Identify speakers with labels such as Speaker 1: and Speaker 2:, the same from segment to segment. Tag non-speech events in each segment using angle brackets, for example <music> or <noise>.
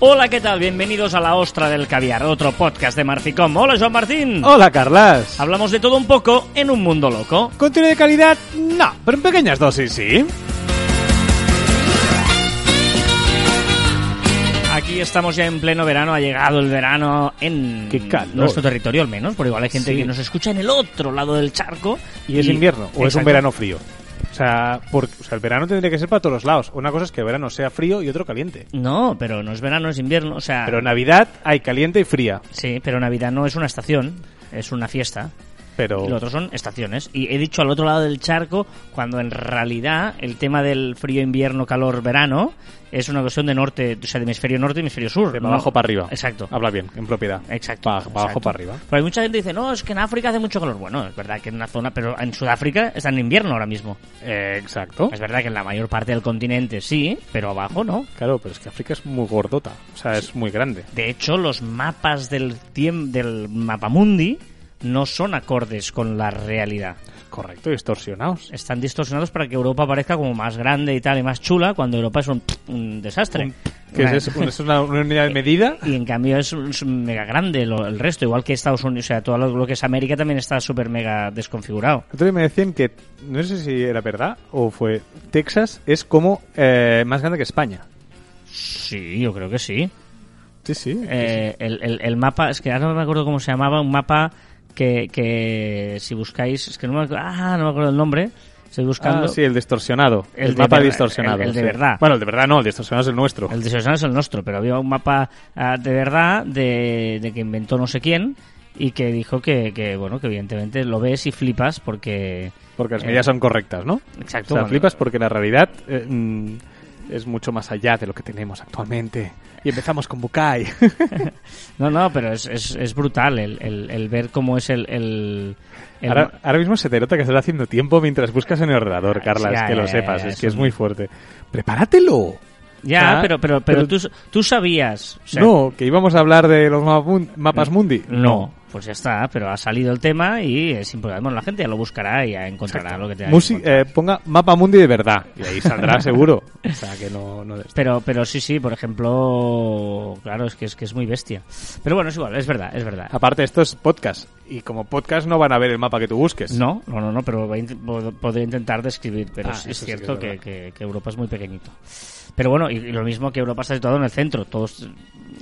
Speaker 1: Hola, ¿qué tal? Bienvenidos a La Ostra del Caviar, otro podcast de Marficom. Hola, Joan Martín.
Speaker 2: Hola, Carlas.
Speaker 1: Hablamos de todo un poco en un mundo loco.
Speaker 2: ¿Contenido de calidad? No, pero en pequeñas dosis, sí.
Speaker 1: Aquí estamos ya en pleno verano, ha llegado el verano en
Speaker 2: Qué calor.
Speaker 1: nuestro territorio al menos, pero igual hay gente
Speaker 2: Sí.
Speaker 1: que nos escucha en el otro lado del charco.
Speaker 2: ¿Y es invierno o es un
Speaker 1: Exacto.
Speaker 2: verano frío? O sea, porque, o sea, el verano tendría que ser para todos los lados. Una cosa es que el verano sea frío y otro caliente.
Speaker 1: No, pero no es verano, es invierno, o sea...
Speaker 2: Pero en Navidad hay caliente y fría.
Speaker 1: Sí, pero Navidad no es una estación, es una fiesta.
Speaker 2: Pero
Speaker 1: Y lo otro son estaciones. Y he dicho al otro lado del charco, cuando en realidad el tema del frío, invierno, calor, verano es una cuestión de norte, o sea, de hemisferio norte y hemisferio sur.
Speaker 2: de
Speaker 1: ¿no?
Speaker 2: abajo para arriba.
Speaker 1: Exacto.
Speaker 2: Habla bien, en propiedad.
Speaker 1: Exacto.
Speaker 2: Para abajo
Speaker 1: exacto.
Speaker 2: para arriba.
Speaker 1: Pero hay mucha gente que dice, no, es que en África hace mucho calor. Bueno, es verdad que en una zona, pero en Sudáfrica está en invierno ahora mismo.
Speaker 2: Eh, exacto.
Speaker 1: Es verdad que en la mayor parte del continente sí, pero abajo no.
Speaker 2: Claro, pero es que África es muy gordota. O sea, es muy grande.
Speaker 1: De hecho, los mapas del, tiem- del mapamundi no son acordes con la realidad.
Speaker 2: Correcto, distorsionados.
Speaker 1: están distorsionados para que Europa parezca como más grande y tal y más chula cuando Europa es un, un desastre.
Speaker 2: ¿Qué es
Speaker 1: pues.
Speaker 2: eso? ¿Es una, una unidad de <laughs> medida?
Speaker 1: Y en cambio es, un- es un mega grande lo- el resto, igual que Estados Unidos, o sea, todo lo, lo que es América también está súper mega desconfigurado.
Speaker 2: El Otro día me decían que, no sé si era verdad o fue, Texas es como eh, más grande que España.
Speaker 1: Sí, yo creo que sí.
Speaker 2: Sí, sí.
Speaker 1: Eh, el, el- el mapa, es que ahora no me acuerdo cómo se llamaba, un mapa que, que si buscáis, es que no me, acu- ah, no me acuerdo el nombre, estoy buscando.
Speaker 2: ah, sí, el distorsionado.
Speaker 1: El
Speaker 2: El,
Speaker 1: de
Speaker 2: mapa
Speaker 1: verdad-
Speaker 2: distorsionado.
Speaker 1: el- el de
Speaker 2: sí.
Speaker 1: verdad.
Speaker 2: Bueno, el de verdad no, el distorsionado es el nuestro.
Speaker 1: El distorsionado es el nuestro, pero había un mapa ah, de verdad de, de que inventó no sé quién y que dijo que, que, bueno, que evidentemente lo ves y flipas porque...
Speaker 2: Porque las
Speaker 1: eh,
Speaker 2: medidas son correctas, ¿no? O
Speaker 1: Exacto.
Speaker 2: sea,
Speaker 1: cuando-
Speaker 2: flipas porque la realidad eh, mm, es mucho más allá de lo que tenemos actualmente. Y empezamos con Bukai.
Speaker 1: No, no, pero es, es, es brutal el, el- el ver cómo es el... el, el-
Speaker 2: ahora, ahora mismo se te nota que estás haciendo tiempo mientras buscas en el ordenador,
Speaker 1: Ah,
Speaker 2: Carla,
Speaker 1: sí,
Speaker 2: es
Speaker 1: ya,
Speaker 2: que
Speaker 1: ya,
Speaker 2: lo
Speaker 1: ya,
Speaker 2: sepas,
Speaker 1: ya,
Speaker 2: es
Speaker 1: es
Speaker 2: que es
Speaker 1: un-
Speaker 2: muy fuerte. ¡Prepáratelo!
Speaker 1: ya,
Speaker 2: ah,
Speaker 1: pero, pero, pero,
Speaker 2: pero-
Speaker 1: tú, tú sabías... o sea,
Speaker 2: no, que íbamos a hablar de los mapamun- mapas mundi.
Speaker 1: No, pues ya está, pero ha salido el tema y es importante. Bueno, la gente ya lo buscará y ya encontrará
Speaker 2: Exacto.
Speaker 1: lo que tenga que
Speaker 2: Musi-
Speaker 1: encontrar.
Speaker 2: eh, ponga mapa mundi de verdad y
Speaker 1: <laughs>
Speaker 2: ahí saldrá seguro. O sea que no, no de esto.
Speaker 1: Pero, pero sí, sí, por ejemplo, claro, es que es que es muy bestia. Pero bueno, es igual, es verdad, es verdad.
Speaker 2: Aparte esto es podcast y como podcast no van a ver el mapa que tú busques.
Speaker 1: No, no, no, no, pero voy a int- pod- podré intentar describir, pero
Speaker 2: Ah,
Speaker 1: sí es
Speaker 2: eso sí que
Speaker 1: cierto
Speaker 2: es
Speaker 1: que,
Speaker 2: verdad.
Speaker 1: que- que Europa es muy pequeñito. Pero bueno, y, y lo mismo que Europa está situado en el centro, todos...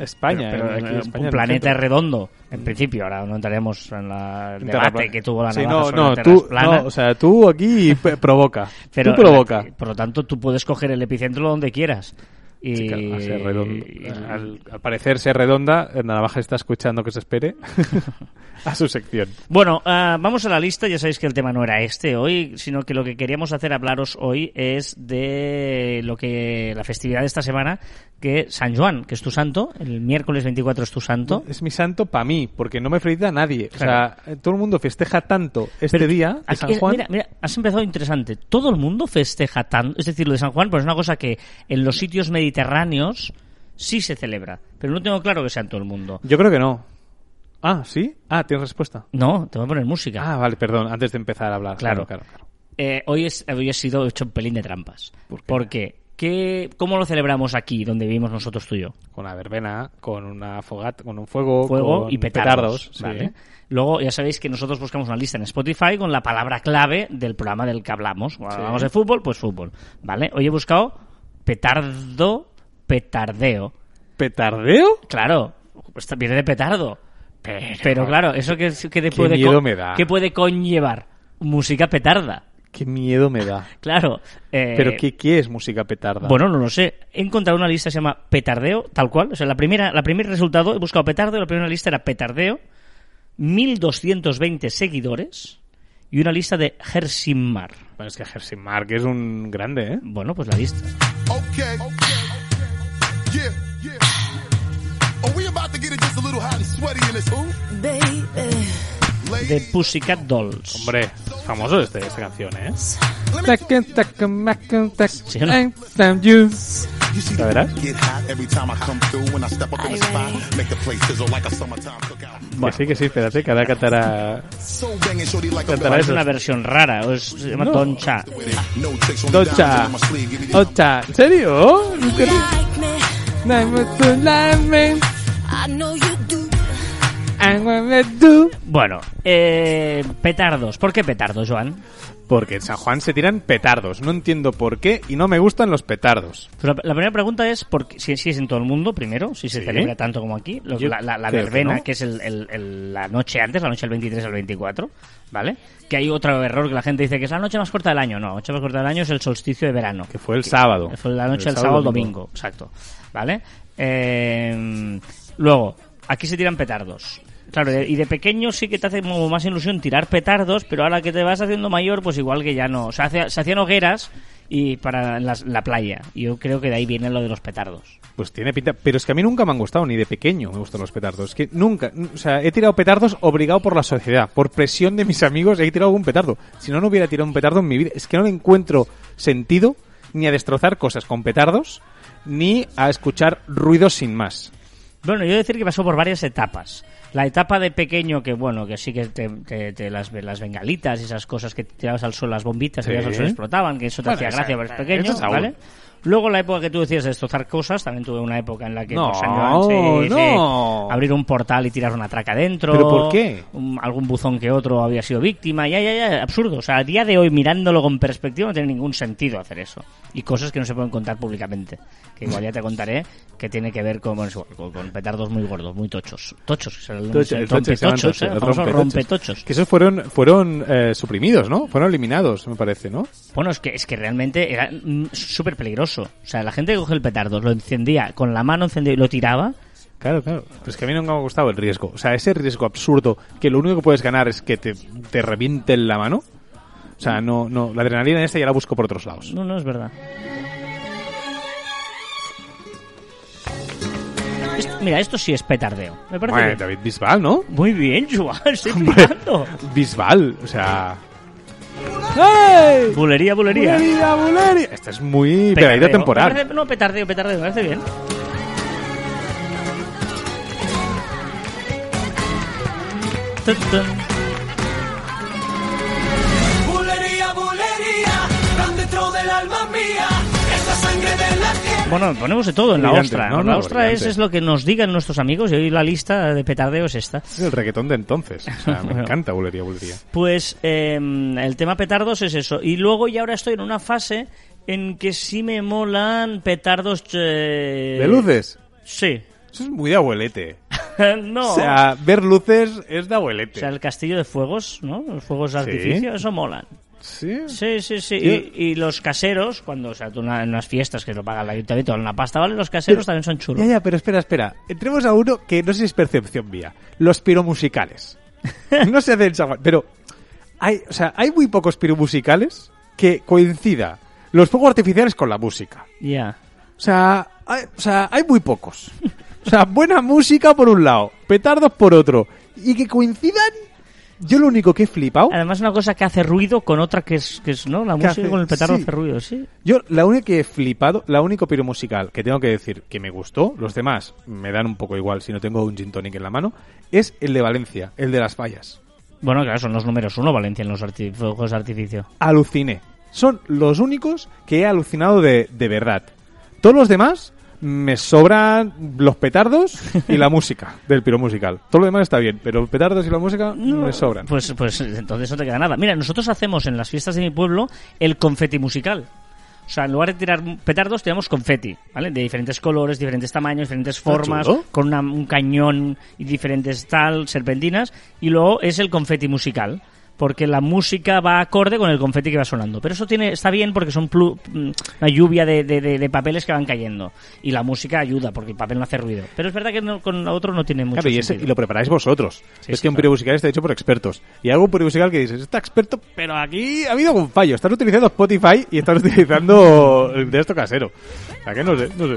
Speaker 2: España,
Speaker 1: pero- pero
Speaker 2: eh, aquí
Speaker 1: un-
Speaker 2: España
Speaker 1: un
Speaker 2: en el
Speaker 1: planeta
Speaker 2: centro.
Speaker 1: redondo, en principio, ahora no entraremos en la- el
Speaker 2: Un
Speaker 1: debate
Speaker 2: terraplan-
Speaker 1: que tuvo la
Speaker 2: Sí,
Speaker 1: navaja
Speaker 2: no,
Speaker 1: sobre
Speaker 2: no,
Speaker 1: la
Speaker 2: tú,
Speaker 1: plana.
Speaker 2: no, o sea,
Speaker 1: <laughs>
Speaker 2: tú aquí p- provoca.
Speaker 1: pero,
Speaker 2: tú provoca.
Speaker 1: eh, Por lo tanto, tú puedes coger el epicentro donde quieras. Y,
Speaker 2: Sí, claro, a ser redondo-
Speaker 1: y-
Speaker 2: al, al parecer ser redonda, eh, Navaja está escuchando que se espere
Speaker 1: <laughs>
Speaker 2: a su sección.
Speaker 1: Bueno, ah, vamos a la lista. Ya sabéis que el tema no era este hoy, sino que lo que queríamos hacer hablaros hoy es de lo que la festividad de esta semana, que San Juan, que es tu santo, el miércoles 24 es tu santo.
Speaker 2: Es mi santo para mí, porque no me felicita a nadie.
Speaker 1: Claro.
Speaker 2: O sea, eh, todo el mundo festeja tanto este
Speaker 1: Pero
Speaker 2: día de
Speaker 1: aquí-
Speaker 2: San Juan.
Speaker 1: Mira, mira, has empezado interesante. Todo el mundo festeja tanto, es decir, lo de San Juan, pues es una cosa que en los sitios mediterráneos sí se celebra, pero no tengo claro que sea en todo el mundo.
Speaker 2: Yo creo que no. Ah, ¿sí? Ah, tienes respuesta.
Speaker 1: No, te voy a poner música.
Speaker 2: Ah, vale, perdón, antes de empezar a hablar.
Speaker 1: Claro. Eh, hoy, es, hoy he sido hecho un pelín de trampas.
Speaker 2: ¿Por qué?
Speaker 1: Porque, ¿qué, ¿cómo lo celebramos aquí, donde vivimos nosotros tú y yo?
Speaker 2: Con la verbena, con una fogata, con un fuego,
Speaker 1: Fuego
Speaker 2: con
Speaker 1: y petardos.
Speaker 2: sí.
Speaker 1: ¿vale? Luego, ya sabéis que nosotros buscamos una lista en Spotify con la palabra clave del programa del que hablamos. Cuando
Speaker 2: Sí.
Speaker 1: hablamos de fútbol, pues fútbol. ¿Vale? Hoy he buscado petardo, petardeo.
Speaker 2: ¿Petardeo?
Speaker 1: Claro, pues viene de petardo. Pero, claro, ¿eso que, que te
Speaker 2: Qué
Speaker 1: puede
Speaker 2: miedo
Speaker 1: con-
Speaker 2: me da.
Speaker 1: ¿qué puede conllevar? Música petarda.
Speaker 2: Qué miedo me da.
Speaker 1: Claro. eh,
Speaker 2: <laughs> ¿Pero qué, qué es música petarda?
Speaker 1: Bueno, no lo sé. He encontrado una lista que se llama Petardeo, tal cual. O sea, la primera, la primer resultado, he buscado Petardeo, la primera lista era Petardeo, 1220 seguidores y una lista de Hersimar.
Speaker 2: Bueno, es que Jersey Mark es un grande, ¿eh?
Speaker 1: Bueno, pues la lista.
Speaker 3: Okay. Yeah. Yeah. Sweaty in his who?
Speaker 1: de Pussycat Dolls.
Speaker 4: Hombre, es famoso este, esta canción, ¿eh?
Speaker 1: ¿Sí o no?
Speaker 3: You see the
Speaker 2: verás?
Speaker 3: beat get hot every time I come through when I step up in the spot. Make the place sizzle like a summertime cookout.
Speaker 2: Que sí, que sí, espérate, que ahora cantará...
Speaker 3: So banging, shorty like a
Speaker 2: Cantará
Speaker 1: Es
Speaker 2: eso.
Speaker 1: una versión rara, o es- se llama
Speaker 2: No.
Speaker 1: Doncha.
Speaker 3: No tricks on the dimes
Speaker 2: Docha.
Speaker 3: on my sleeve. Give me
Speaker 1: Oh,
Speaker 3: the
Speaker 2: Ocha, ¿en serio? Nunca-
Speaker 1: Bueno, eh, petardos. ¿Por qué petardos, Joan?
Speaker 2: Porque en San Juan se tiran petardos. No entiendo por qué y no me gustan los petardos.
Speaker 1: Pero la primera pregunta es por qué- si, si es en todo el mundo, primero, si se
Speaker 2: Sí.
Speaker 1: celebra tanto como aquí, lo-
Speaker 2: Yo
Speaker 1: la, la- la
Speaker 2: creo que
Speaker 1: verbena, que,
Speaker 2: no.
Speaker 1: es el- el- el- la noche antes, la noche del 23 al 24, ¿vale? Que hay otro error que la gente dice que es la noche más corta del año. No, la noche más corta del año es el solsticio de verano.
Speaker 2: Que fue el sábado.
Speaker 1: Fue la noche
Speaker 2: El
Speaker 1: del sábado al domingo, exacto. ¿Vale? Eh, luego, aquí se tiran petardos. Claro, y de pequeño sí que te hace como más ilusión tirar petardos, pero ahora que te vas haciendo mayor, pues igual que ya no. O sea, hace- se hacían hogueras y para las- la playa. Y yo creo que de ahí viene lo de los petardos.
Speaker 2: Pues tiene pinta. Pero es que a mí nunca me han gustado, ni de pequeño me gustan los petardos. Es que nunca. O sea, he tirado petardos obligado por la sociedad, por presión de mis amigos, he tirado algún petardo. Si no, no hubiera tirado un petardo en mi vida. Es que no le encuentro sentido ni a destrozar cosas con petardos, ni a escuchar ruidos sin más.
Speaker 1: Bueno, yo he de decir que pasó por varias etapas. La etapa de pequeño, que bueno, que sí que te, te- te las, las bengalitas y esas cosas que tirabas al sol, las bombitas,
Speaker 2: Sí.
Speaker 1: que tirabas al sol explotaban, que eso te
Speaker 2: Bueno,
Speaker 1: hacía
Speaker 2: esa-
Speaker 1: gracia para
Speaker 2: eso
Speaker 1: los pequeños,
Speaker 2: es aún.
Speaker 1: ¿vale? Luego la época que tú decías de destrozar cosas, también tuve una época en la que
Speaker 2: No,
Speaker 1: por San Joan, sí,
Speaker 2: no.
Speaker 1: sí, abrir un portal y tirar una traca dentro.
Speaker 2: ¿Pero por qué?
Speaker 1: un- algún buzón que otro había sido víctima, ya, ya, ya, absurdo. O sea, a día de hoy mirándolo con perspectiva no tiene ningún sentido hacer eso. Y cosas que no se pueden contar públicamente, que igual ya te contaré, que tiene que ver con, bueno, es igual, con, con petardos muy gordos, muy tochos. Tochos, es el- el
Speaker 2: Toche, se llaman
Speaker 1: rompetochos,
Speaker 2: toche,
Speaker 1: ¿eh? famosos
Speaker 2: rompetochos.
Speaker 1: rompetochos.
Speaker 2: Que esos fueron, fueron eh, suprimidos, ¿no? Fueron eliminados, me parece, ¿no?
Speaker 1: Bueno, es que, es que realmente era mm, súper peligroso. O sea, la gente que coge el petardo, lo encendía con la mano, encendía y lo tiraba.
Speaker 2: Claro, claro. Pero es que a mí nunca me ha gustado el riesgo. O sea, ese riesgo absurdo que lo único que puedes ganar es que te, te revienten la mano. O sea, no, no, la adrenalina esta ya la busco por otros lados.
Speaker 1: No, no, es verdad. Esto- mira, esto sí es petardeo. Me parece
Speaker 2: Bueno,
Speaker 1: bien.
Speaker 2: David Bisbal, ¿no?
Speaker 1: Muy bien, Joan, estoy flipando.
Speaker 2: Bisbal, o sea... ¡Ey!
Speaker 1: Bulería, bulería.
Speaker 2: ¡Bulería, bulería! Esta es muy pegadita
Speaker 1: Petardeo. Me
Speaker 2: temporal.
Speaker 1: parece- no, petardeo, petardeo, me parece bien. Tun, tun.
Speaker 5: Bulería, bulería, tan dentro del alma mía, esa sangre de la tierra.
Speaker 1: Bueno, ponemos de todo en la
Speaker 2: Brillante,
Speaker 1: ostra.
Speaker 2: no,
Speaker 1: la
Speaker 2: no,
Speaker 1: ostra es,
Speaker 2: brillante.
Speaker 1: es lo que nos digan nuestros amigos y hoy la lista de petardeo es esta.
Speaker 2: Es el reggaetón de entonces. O sea, me <laughs>
Speaker 1: Bueno.
Speaker 2: encanta bulería, bulería.
Speaker 1: Pues eh, el tema petardos es eso. Y luego ya ahora estoy en una fase en que sí me molan petardos... eh,
Speaker 2: ¿De luces?
Speaker 1: Sí. <laughs>
Speaker 2: Eso es muy de abuelete.
Speaker 1: no.
Speaker 2: O sea, ver luces es de abuelete.
Speaker 1: O sea, el castillo de fuegos, ¿no? Los fuegos de
Speaker 2: Sí.
Speaker 1: artificio, eso molan.
Speaker 2: ¿Sí?
Speaker 1: Sí, sí, sí.
Speaker 2: Sí.
Speaker 1: Y, y los caseros, cuando, o sea, tú una- en unas fiestas que lo paga el ayuntamiento, en la pasta, ¿vale? Los caseros también son chulos.
Speaker 2: Ya, ya, pero espera, espera. Entremos a uno que no sé si es percepción mía.
Speaker 1: <laughs>
Speaker 2: Los piromusicales. no se hacen en San Juan, pero hay, o sea, hay muy pocos piromusicales que coincida los fuegos artificiales con la música.
Speaker 1: Ya.
Speaker 2: O sea, hay, o sea, hay muy pocos. O sea, buena música por un lado, petardos por otro. Y que coincidan, yo lo único que he flipado
Speaker 1: Además, una cosa que hace ruido con otra que es, que es ¿no? La
Speaker 2: Que
Speaker 1: música
Speaker 2: hace-
Speaker 1: con el petardo
Speaker 2: sí.
Speaker 1: hace ruido, sí.
Speaker 2: Yo, la única que he flipado, la único piro musical que tengo que decir que me gustó, los demás me dan un poco igual si no tengo un gin tonic en la mano, es el de Valencia, el de las fallas.
Speaker 1: Bueno, claro, son los números uno, Valencia, en los arti- fuegos de artificio.
Speaker 2: Aluciné. Son los únicos que he alucinado de, de verdad. Todos los demás me sobran los petardos
Speaker 1: <laughs>
Speaker 2: y la música del piro musical. Todo lo demás está bien, pero los petardos y la música me sobran.
Speaker 1: Pues, pues entonces no te queda nada. Mira, nosotros hacemos en las fiestas de mi pueblo el confeti musical. O sea, en lugar de tirar petardos, tiramos confeti, ¿vale? De diferentes colores, diferentes tamaños, diferentes formas,
Speaker 2: Ah, chulo.
Speaker 1: con una- un cañón y diferentes tal, serpentinas. Y luego es el confeti musical, porque la música va acorde con el confeti que va sonando. Pero eso tiene está bien porque son plu- mm, una lluvia de, de- de- de papeles que van cayendo. Y la música ayuda, porque el papel no hace ruido. Pero es verdad que no- con lo otro no tiene mucho
Speaker 2: Claro, y, ese-
Speaker 1: sentido.
Speaker 2: y lo preparáis vosotros.
Speaker 1: Sí,
Speaker 2: es
Speaker 1: sí,
Speaker 2: que un
Speaker 1: claro.
Speaker 2: piro musical está hecho por expertos. Y algo piro musical que dices, está experto, pero aquí ha habido algún fallo. Estás utilizando Spotify y estás utilizando el de esto casero. O sea, que no sé, no sé.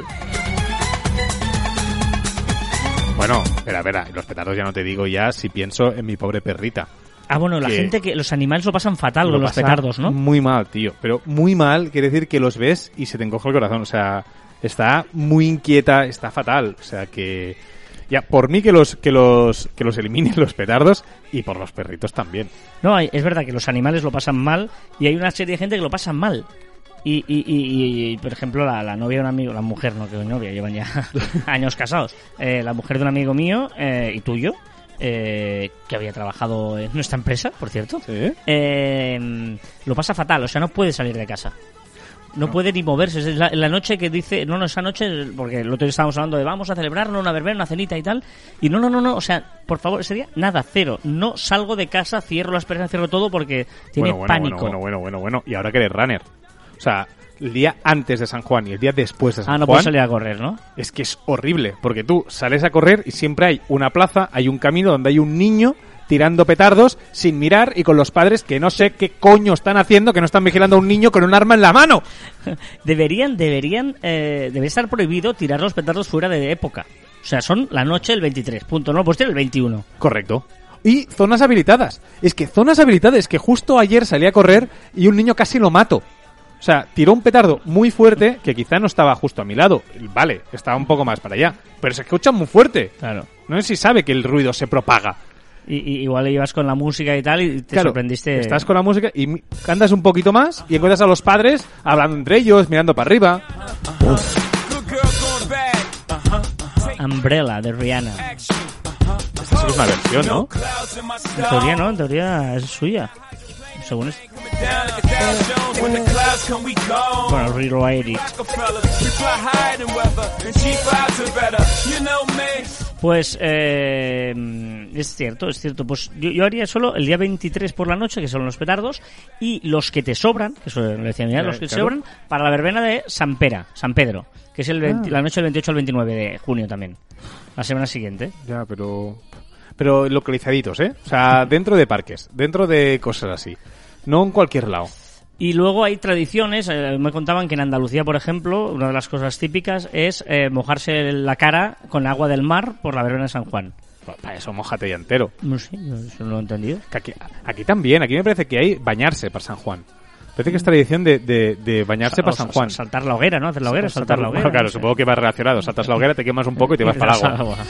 Speaker 2: Bueno, espera, espera. Los petardos ya no te digo ya si pienso en mi pobre perrita.
Speaker 1: Ah, bueno, la
Speaker 2: Que-
Speaker 1: gente que los animales lo pasan fatal
Speaker 2: Lo
Speaker 1: con los
Speaker 2: pasa
Speaker 1: petardos, ¿no?
Speaker 2: Muy mal, tío. Pero muy mal quiere decir que los ves y se te encoge el corazón. O sea, está muy inquieta, está fatal. O sea que. Ya, por mí que los, que los, que los eliminen los petardos y por los perritos también.
Speaker 1: No, hay- es verdad que los animales lo pasan mal y hay una serie de gente que lo pasan mal. Y, y, y- y, por ejemplo, la, la novia de un amigo, la mujer, no que novia, llevan ya <laughs> años casados. Eh, la mujer de un amigo mío eh, y tuyo, eh, que había trabajado en nuestra empresa, por cierto,
Speaker 2: ¿Sí?
Speaker 1: eh, lo pasa fatal, o sea, no puede salir de casa. No, puede ni moverse. Es la, la noche que dice, no, no, esa noche, porque el otro día estábamos hablando de vamos a celebrarnos una verbena, una cenita y tal. Y no, no, no, no, o sea, por favor, ese día nada, cero. No salgo de casa, cierro las persianas, cierro todo porque tiene
Speaker 2: bueno, bueno,
Speaker 1: pánico.
Speaker 2: Bueno, bueno, bueno, bueno, bueno. Y ahora que eres runner. O sea, el día antes de San Juan y el día después de San
Speaker 1: Ah, no puedo
Speaker 2: Juan.
Speaker 1: salir a correr, ¿no?
Speaker 2: Es que es horrible, porque tú sales a correr y siempre hay una plaza, hay un camino donde hay un niño tirando petardos sin mirar y con los padres que no sé qué coño están haciendo, que no están vigilando a un niño con un arma en la mano.
Speaker 1: Deberían, deberían, eh, debe estar prohibido tirar los petardos fuera de época. O sea, son la noche del 23, punto. No, pues tiene el 21.
Speaker 2: Correcto. Y zonas habilitadas. Es que zonas habilitadas, que justo ayer salí a correr y un niño casi lo mato. O sea, tiró un petardo muy fuerte que quizá no estaba justo a mi lado. Vale, estaba un poco más para allá. Pero se escucha muy fuerte.
Speaker 1: Claro.
Speaker 2: No sé si sabe que el ruido se propaga.
Speaker 1: Y, y igual ibas con la música y tal y te sorprendiste.
Speaker 2: Estás con la música y mi- andas un poquito más y encuentras a los padres hablando entre ellos, mirando para arriba.
Speaker 1: Umbrella de Rihanna.
Speaker 2: Esta sí que es una versión, ¿no?
Speaker 1: En teoría no, en teoría es suya. Según es. Bueno, Rewrite It. Pues eh, mm, es cierto, es cierto. Pues yo, yo haría solo el día 23 por la noche, que son los petardos, y los que te sobran, que eso lo decía mi madre,
Speaker 2: Claro,
Speaker 1: los que te
Speaker 2: claro.
Speaker 1: sobran, para la verbena de San Pera, San Pedro, que es el 20 la noche del 28 al 29 de junio también, la semana siguiente.
Speaker 2: Ya, pero... Pero localizaditos, ¿eh? O sea, dentro de parques, dentro de cosas así. No en cualquier lado.
Speaker 1: Y luego hay tradiciones, eh, me contaban que en Andalucía, por ejemplo, una de las cosas típicas es eh, mojarse la cara con agua del mar por la verbena de San Juan.
Speaker 2: Pa- Para eso mojate ya entero.
Speaker 1: No sé, yo eso no lo he entendido.
Speaker 2: Que Aquí, aquí también, aquí me parece que hay bañarse para San Juan. Parece
Speaker 1: Mm.
Speaker 2: que es tradición de, de- de bañarse para
Speaker 1: O
Speaker 2: San
Speaker 1: sa-
Speaker 2: Juan.
Speaker 1: Saltar la hoguera, ¿no? Hacer la hoguera, oh, saltar, la hoguera.
Speaker 2: Bueno, claro,
Speaker 1: no sé.
Speaker 2: supongo que va relacionado. Saltas la hoguera, te quemas un poco y te vas
Speaker 1: Y <laughs>
Speaker 2: para el
Speaker 1: al
Speaker 2: agua.
Speaker 1: agua.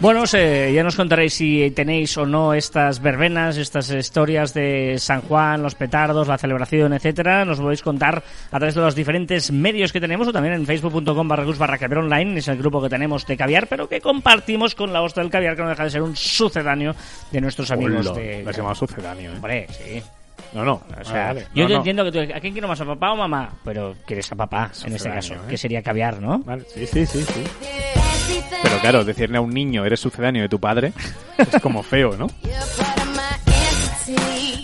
Speaker 1: Bueno, sé, ya nos contaréis si tenéis o no estas verbenas, estas historias de San Juan, los petardos, la celebración, etcétera. Nos podéis contar a través de los diferentes medios que tenemos o también en facebook.com barra cruz barra caviar online, es el grupo que tenemos de caviar, pero que compartimos con la hosta del caviar, que no deja de ser un sucedáneo de nuestros amigos
Speaker 2: Hola,
Speaker 1: de...
Speaker 2: lo has llamado sucedáneo, ¿eh?
Speaker 1: Hombre, sí.
Speaker 2: No, no.
Speaker 1: O sea,
Speaker 2: vale.
Speaker 1: yo
Speaker 2: No,
Speaker 1: te
Speaker 2: no.
Speaker 1: entiendo que tú, ¿a quién quiero más, a papá o mamá? Pero quieres a papá, en este
Speaker 2: sucedáneo,
Speaker 1: caso,
Speaker 2: ¿eh?
Speaker 1: que sería caviar, ¿no?
Speaker 2: Vale, sí, sí, sí, sí. Pero claro, decirle a un niño eres sucedáneo de tu padre <laughs> es como feo, ¿no?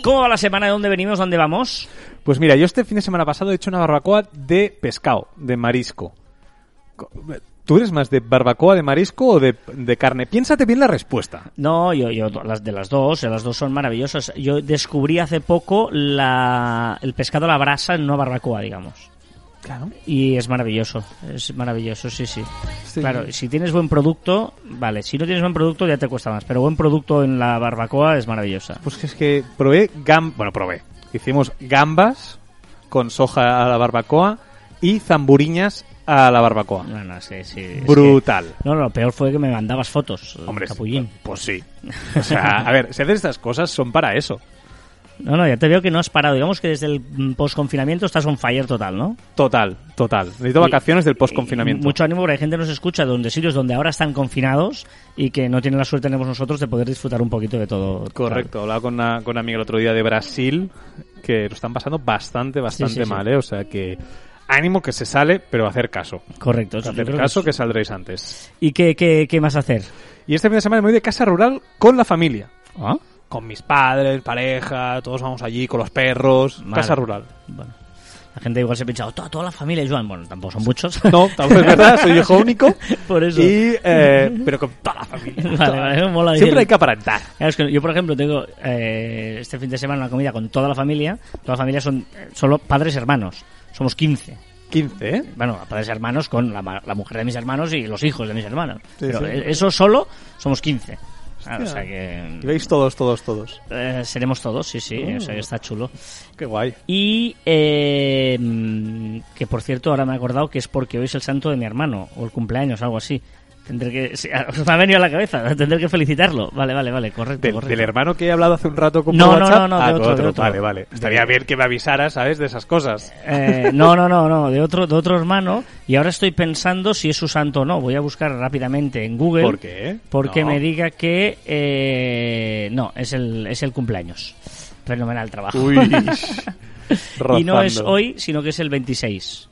Speaker 1: ¿Cómo va la semana? ¿De dónde venimos? ¿Dónde vamos?
Speaker 2: Pues mira, yo este fin de semana pasado he hecho una barbacoa de pescado, de marisco. Co- ¿Tú eres más de barbacoa de marisco o de, de carne? Piénsate bien la respuesta.
Speaker 1: No, yo, yo las de las dos, eh, las dos son maravillosas. Yo descubrí hace poco la, el pescado a la brasa en una barbacoa, digamos.
Speaker 2: Claro.
Speaker 1: Y es maravilloso, es maravilloso, sí, sí.
Speaker 2: Sí.
Speaker 1: Claro, si tienes buen producto, vale, si no tienes buen producto ya te cuesta más, pero buen producto en la barbacoa es maravillosa.
Speaker 2: Pues es que probé gam... Bueno, probé. Hicimos gambas con soja a la barbacoa y zamburiñas a la barbacoa.
Speaker 1: No, no, sí, sí. es que-
Speaker 2: Brutal.
Speaker 1: no, no, lo peor fue que me mandabas fotos,
Speaker 2: Hombre,
Speaker 1: capullín.
Speaker 2: pues sí. O sea, a ver, si haces estas cosas son para eso.
Speaker 1: No, no, ya te veo que no has parado. Digamos que desde el mm, posconfinamiento estás on fire total, ¿no?
Speaker 2: Total, total. Necesito vacaciones del post-confinamiento.
Speaker 1: Y Mucho ánimo porque hay gente que nos escucha donde sitios donde ahora están confinados y que no tienen la suerte que tenemos nosotros de poder disfrutar un poquito de todo.
Speaker 2: Correcto, hablaba con una, con una amiga el otro día de Brasil que lo están pasando bastante, bastante
Speaker 1: Sí, sí, sí.
Speaker 2: mal, ¿eh? O sea que ánimo que se sale, pero hacer caso.
Speaker 1: Claro. Correcto. eso yo
Speaker 2: Hacer
Speaker 1: creo que
Speaker 2: caso
Speaker 1: es-
Speaker 2: que saldréis antes.
Speaker 1: ¿Y qué, qué, qué más hacer?
Speaker 2: Y este fin de semana me voy de casa rural con la familia.
Speaker 1: ¿Ah?
Speaker 2: Con mis padres, pareja, todos vamos allí con los perros.
Speaker 1: Vale.
Speaker 2: Casa rural.
Speaker 1: Bueno, la gente igual se ha pinchado toda, toda la familia, Joan. Bueno, tampoco son muchos.
Speaker 2: No, tampoco
Speaker 1: <laughs>
Speaker 2: es verdad, soy hijo único.
Speaker 1: Por eso.
Speaker 2: Y, eh, pero con toda la familia.
Speaker 1: <laughs> Vale,
Speaker 2: Toda-
Speaker 1: vale, mola
Speaker 2: Siempre
Speaker 1: decirlo.
Speaker 2: hay que aparentar.
Speaker 1: Claro, es que yo, por ejemplo, tengo eh, este fin de semana una comida con toda la familia. Toda la familia son eh, solo padres hermanos. Somos 15.
Speaker 2: 15, ¿eh?
Speaker 1: Bueno, padres y hermanos con la, ma- la mujer de mis hermanos y los hijos de mis hermanos. Pero
Speaker 2: sí.
Speaker 1: e- eso solo somos 15. Ah, o sea
Speaker 2: Y
Speaker 1: que
Speaker 2: veis todos, todos, todos.
Speaker 1: eh, seremos todos, sí, sí, o
Speaker 2: Uh.
Speaker 1: sea que está chulo.
Speaker 2: Qué guay.
Speaker 1: Y eh, mm, que por cierto, ahora me he acordado que es porque hoy es el santo de mi hermano, o el cumpleaños, algo así. Tendré que. sí, <laughs> os me ha venido a la cabeza, tendré que felicitarlo. Vale, vale, vale, correcto.
Speaker 2: Del,
Speaker 1: correcto.
Speaker 2: del hermano que he hablado hace un rato con
Speaker 1: No,
Speaker 2: por
Speaker 1: no,
Speaker 2: WhatsApp.
Speaker 1: no, no, de
Speaker 2: Ah, con
Speaker 1: otro, de otro.
Speaker 2: Vale, vale. Estaría bien que me avisaras, ¿sabes? De esas
Speaker 1: <laughs>
Speaker 2: cosas.
Speaker 1: Eh, no, no, no, no, de otro, de otro hermano. Y ahora estoy pensando si es su santo o no. Voy a buscar rápidamente en Google.
Speaker 2: ¿Por qué?
Speaker 1: Porque
Speaker 2: No.
Speaker 1: me diga que eh, no, es el, es el cumpleaños. Fenomenal trabajo.
Speaker 2: Uy.
Speaker 1: y no
Speaker 2: rozando. Ah.
Speaker 1: es hoy, sino que es el 26.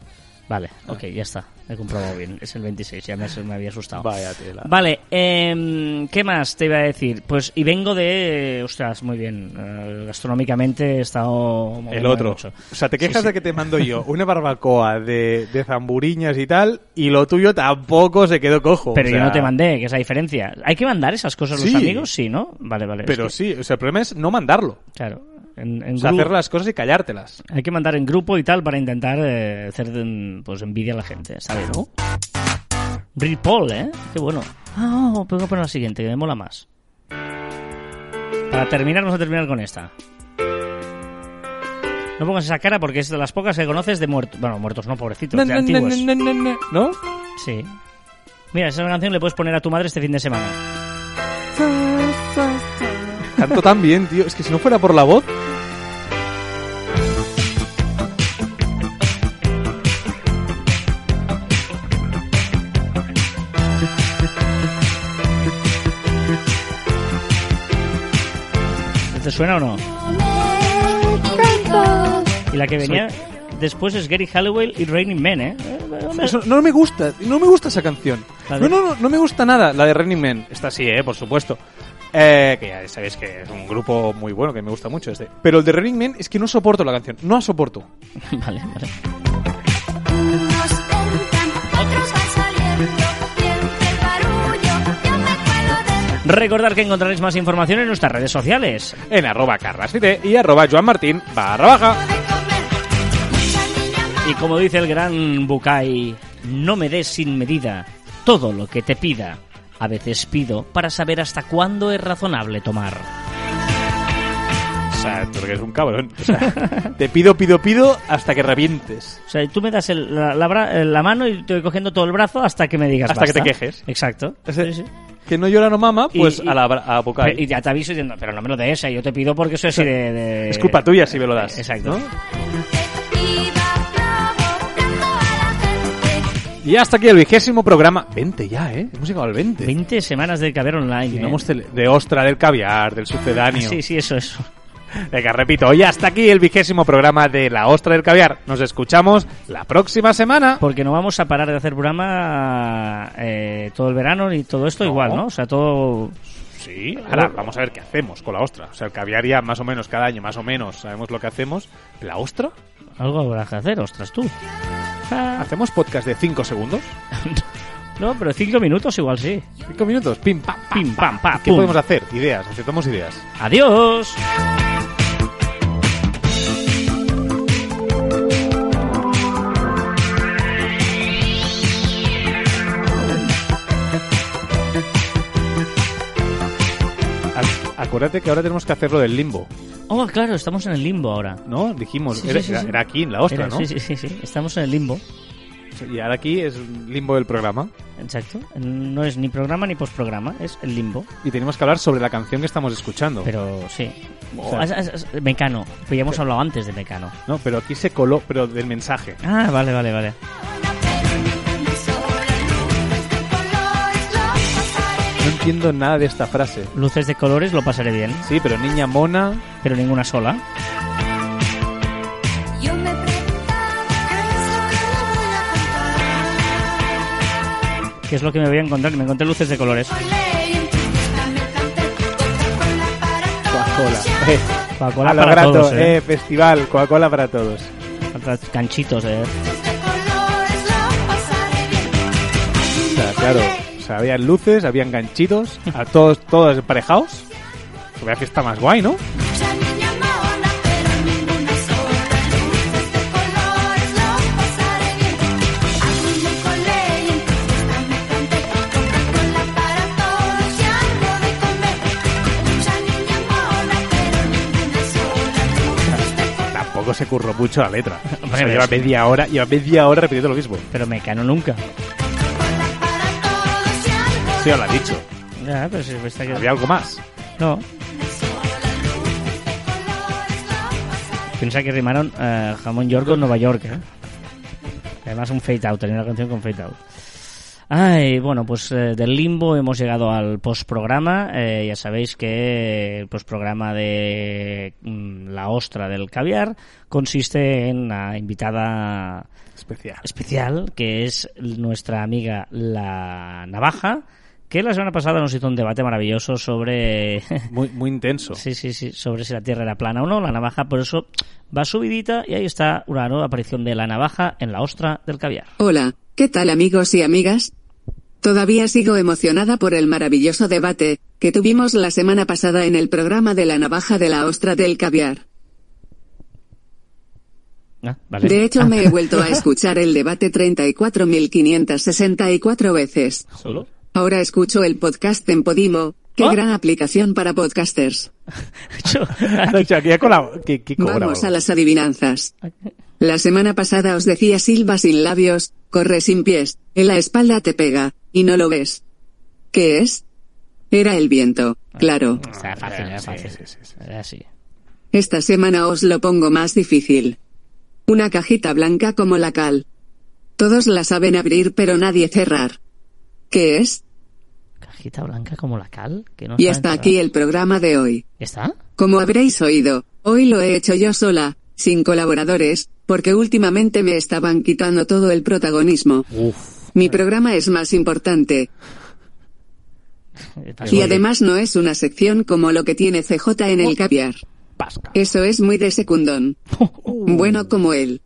Speaker 1: Vale, ok, ya está. He comprobado bien. Es el 26, ya me, me había asustado.
Speaker 2: Vaya tela.
Speaker 1: Vale, em, ¿qué más te iba a decir? Pues, y vengo de. Ostras, muy bien. eh, gastronómicamente he estado.
Speaker 2: El
Speaker 1: moviéndome
Speaker 2: otro.
Speaker 1: mucho.
Speaker 2: O sea, te quejas
Speaker 1: Sí, sí.
Speaker 2: de que te mando yo una barbacoa de, de zamburiñas y tal, y lo tuyo tampoco se quedó cojo.
Speaker 1: Pero
Speaker 2: O
Speaker 1: yo
Speaker 2: sea,
Speaker 1: no te mandé, que es la diferencia. ¿Hay que mandar esas cosas a los
Speaker 2: Sí.
Speaker 1: amigos? Sí, ¿no? Vale, vale. es
Speaker 2: Pero
Speaker 1: que-
Speaker 2: sí, o sea, el problema es no mandarlo.
Speaker 1: Claro. En, en
Speaker 2: O sea,
Speaker 1: grupo-
Speaker 2: hacer las cosas y callártelas.
Speaker 1: Hay que mandar en grupo y tal para intentar eh, hacer mm, pues envidia a la gente, ¿sabes? no? Ripoll, ¿eh? Qué bueno. Ah, oh, tengo que poner la siguiente, que me mola más. Para terminar, vamos a terminar con esta. No pongas esa cara porque es de las pocas que conoces de muertos. Bueno, muertos no, pobrecitos, de antiguos.
Speaker 2: ¿No?
Speaker 1: Sí. Mira, esa canción le puedes poner a tu madre este fin de semana.
Speaker 2: Canto tan bien, tío. Es que si no fuera por la voz.
Speaker 1: ¿Te suena o no? Y la que venía después es Gary Halliwell y Raining Men, ¿eh?
Speaker 2: <laughs> Eso no me gusta, no me gusta esa canción.
Speaker 1: La
Speaker 2: No,
Speaker 1: de-
Speaker 2: no, no, no me gusta nada la de Running Man.
Speaker 4: Esta sí, eh, por supuesto.
Speaker 2: Eh, que ya sabéis que es un grupo muy bueno, que me gusta mucho este. Pero el de Running Man es que no soporto la canción, no la soporto.
Speaker 1: vale, vale.
Speaker 6: Unos entran, otros van saliendo, siempre barullo, yo me cuelo de
Speaker 1: Recordar que encontraréis más información en nuestras redes sociales.
Speaker 2: En arroba carrasfite y arroba joanmartin barra baja.
Speaker 6: de comer, mucha niña
Speaker 1: Y como dice el gran Bukai, no me des sin medida todo lo que te pida. A veces pido para saber hasta cuándo es razonable tomar.
Speaker 4: O sea, tú eres un cabrón. O sea,
Speaker 2: Te pido, pido, pido hasta que revientes.
Speaker 1: O sea, tú me das el- la, la bra- eh, la mano y te voy cogiendo todo el brazo hasta que me digas
Speaker 2: Hasta que
Speaker 1: basta.
Speaker 2: te quejes.
Speaker 1: Exacto.
Speaker 2: Ese-
Speaker 1: Sí, sí.
Speaker 2: Que no llora no mama,
Speaker 1: Y-
Speaker 2: pues
Speaker 1: y-
Speaker 2: a la bra- a boca.
Speaker 1: Pero- y ya te aviso diciendo, pero no me lo des, eh, yo te pido porque soy así de, de-
Speaker 2: Es culpa tuya si me lo das.
Speaker 1: Exacto.
Speaker 2: ¿no?
Speaker 6: mamá, iba provocando a la gente.
Speaker 2: Y hasta aquí el vigésimo programa. 20 ya, ¿eh? Hemos llegado al 20.
Speaker 1: 20 semanas de caber online.
Speaker 2: Y
Speaker 1: ¿eh?
Speaker 2: no hemos tele- de ostra, del caviar, del sucedáneo.
Speaker 1: Sí, sí, eso, eso.
Speaker 2: Venga, repito, y hasta aquí el vigésimo programa de La Ostra del Caviar. Nos escuchamos la próxima semana.
Speaker 1: Porque no vamos a parar de hacer programa eh, todo el verano y todo esto
Speaker 2: No.
Speaker 1: igual, ¿no? O sea, todo...
Speaker 2: Sí, ahora vamos a ver qué hacemos con la ostra. O sea, el caviar ya más o menos cada año, más o menos, sabemos lo que hacemos. ¿La ostra?
Speaker 1: Algo habrá que hacer, ostras tú. Ah,
Speaker 2: ¿Hacemos podcast de 5 segundos?
Speaker 1: no, pero cinco minutos igual sí.
Speaker 2: 5 minutos, pim, pam, pam.
Speaker 1: Pim, pam, pam,
Speaker 2: ¿Qué
Speaker 1: pum.
Speaker 2: podemos hacer? Ideas, necesitamos ideas.
Speaker 1: Adiós.
Speaker 2: Ac- Acuérdate que ahora tenemos que hacerlo del limbo,
Speaker 1: Oh, claro, estamos en el limbo ahora.
Speaker 2: ¿no? Dijimos,
Speaker 1: Sí,
Speaker 2: era,
Speaker 1: sí, sí, sí.
Speaker 2: era aquí en la ostra,
Speaker 1: Era-
Speaker 2: ¿no?
Speaker 1: Sí, sí, sí, sí. Estamos en el limbo.
Speaker 2: Y ahora aquí es el limbo del programa.
Speaker 1: Exacto. No es ni programa ni postprograma, es el limbo.
Speaker 2: Y tenemos que hablar sobre la canción que estamos escuchando.
Speaker 1: Pero sí.
Speaker 2: Ojo.
Speaker 1: As- as- as- Mecano. Pues ya hemos hablado antes de Mecano.
Speaker 2: No, pero aquí se coló, pero del mensaje.
Speaker 1: Ah, vale, vale, vale.
Speaker 6: Una permíteme sola, luces de colores, lo pasaré
Speaker 2: No entiendo nada de esta frase.
Speaker 1: Luces de colores lo pasaré bien,
Speaker 2: Sí, pero niña mona.
Speaker 1: pero ninguna sola.
Speaker 6: bien. Yo me preguntaba, ¿qué es lo que le voy a contar?
Speaker 1: ¿Qué es lo que me voy a encontrar? Me encontré luces de colores.
Speaker 6: Por ley, en tu fiesta me planté, Coca-Cola
Speaker 2: Coca-Cola.
Speaker 6: para todos, ya
Speaker 2: Eh.
Speaker 1: Coca-Cola
Speaker 2: A lo
Speaker 1: para
Speaker 2: grato,
Speaker 1: todos, ¿eh?
Speaker 2: eh, festival, Coca-Cola para todos.
Speaker 1: Faltan Canchitos, ¿eh?
Speaker 6: luces de colores, lo pasaré bien.
Speaker 2: O sea, claro, o sea, había luces, habían ganchitos, a todos, todos emparejados. Vaya fiesta más guay, ¿no?
Speaker 6: Mucha niña mona, pero ninguna sola. Luces de colores, lo este pasaré bien. este
Speaker 2: se curró mucho la letra. O sea,
Speaker 1: Hombre,
Speaker 2: lleva
Speaker 1: ves.
Speaker 2: media hora, lleva media hora repitiendo lo mismo.
Speaker 1: Pero me cano nunca.
Speaker 6: para todos
Speaker 2: Sí,
Speaker 6: y algo
Speaker 2: ya lo ha dicho.
Speaker 1: Ya, pero si me está
Speaker 2: Había algo más.
Speaker 1: No,
Speaker 6: de colores no pasa
Speaker 1: piensa que rimaron eh, Jamón York con Nueva York. ¿eh? Además, un fade out, tenía una canción con fade out. Ay, bueno, pues eh, del limbo hemos llegado al postprograma. Eh, ya sabéis que el postprograma de mm, la ostra del caviar consiste en la invitada
Speaker 2: Especial.
Speaker 1: especial, que es nuestra amiga La Navaja, que la semana pasada nos hizo un debate maravilloso sobre... <laughs>
Speaker 2: Muy, muy intenso. <laughs>
Speaker 1: sí, sí, sí, sobre si la Tierra era plana o no. La Navaja, por eso, va subidita y ahí está una nueva aparición de La Navaja en la ostra del caviar.
Speaker 7: Hola, ¿qué tal amigos y amigas? Todavía sigo emocionada por el maravilloso debate que tuvimos la semana pasada en el programa de la navaja de la ostra del caviar.
Speaker 1: Ah, vale.
Speaker 7: De hecho,
Speaker 1: Ah,
Speaker 7: me he vuelto a escuchar el debate 34.564 veces.
Speaker 1: ¿Solo?
Speaker 7: Ahora escucho el podcast en Podimo, qué
Speaker 1: ¿Ah?
Speaker 7: gran aplicación para podcasters.
Speaker 1: <laughs>
Speaker 7: <laughs>
Speaker 1: Yo-
Speaker 2: Lo he dicho, aquí ha colado. ¿Qué, qué cobra,
Speaker 7: Vamos
Speaker 2: bro?
Speaker 7: a las adivinanzas. La semana pasada os decía silba sin labios, corre sin pies, en la espalda te pega, y no lo ves. ¿Qué es? Era el viento, claro.
Speaker 1: Está fácil, era fácil.
Speaker 2: Ah, sí, sí, sí.
Speaker 1: Era así.
Speaker 7: Esta semana os lo pongo más difícil. Una cajita blanca como la cal. Todos la saben abrir pero nadie cerrar. ¿Qué es?
Speaker 1: Cajita blanca como la cal. Que no
Speaker 7: Y
Speaker 1: sabe
Speaker 7: hasta
Speaker 1: entrar.
Speaker 7: aquí el programa de hoy.
Speaker 1: ¿Ya está?
Speaker 7: Como habréis oído, hoy lo he hecho yo sola, sin colaboradores, porque últimamente me estaban quitando todo el protagonismo. Mi programa es más importante,
Speaker 1: Eh,
Speaker 7: y
Speaker 1: paso.
Speaker 7: además no es una sección como lo que tiene CJ en el caviar.
Speaker 1: Pasca.
Speaker 7: Eso es muy de secundón.
Speaker 1: Uh.
Speaker 7: Bueno como él.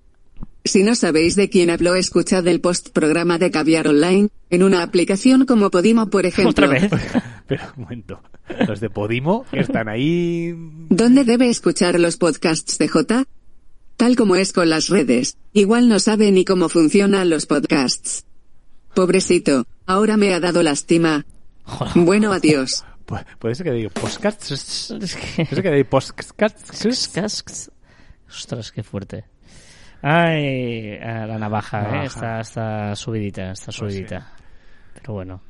Speaker 7: Si no sabéis de quién habló, escuchad el post programa de caviar online, en una aplicación como Podimo,
Speaker 1: <laughs>
Speaker 7: por
Speaker 1: Otra
Speaker 7: ejemplo.
Speaker 1: vez. <laughs>
Speaker 2: Pero un momento. Los de Podimo que están ahí.
Speaker 7: ¿Dónde debe escuchar los podcasts de J? Tal como es con las redes, igual no sabe ni cómo funcionan los podcasts. Pobrecito, ahora me ha dado lástima. Bueno, adiós.
Speaker 2: pu- Puede ser que diga podcasts.
Speaker 1: Es que-
Speaker 2: Puede ser que diga podcasts.
Speaker 1: Casks. Ostras, qué fuerte. Ay, a la Pues navaja, ¿eh?
Speaker 2: Navaja.
Speaker 1: Está, está subidita, está subidita. Pero bueno.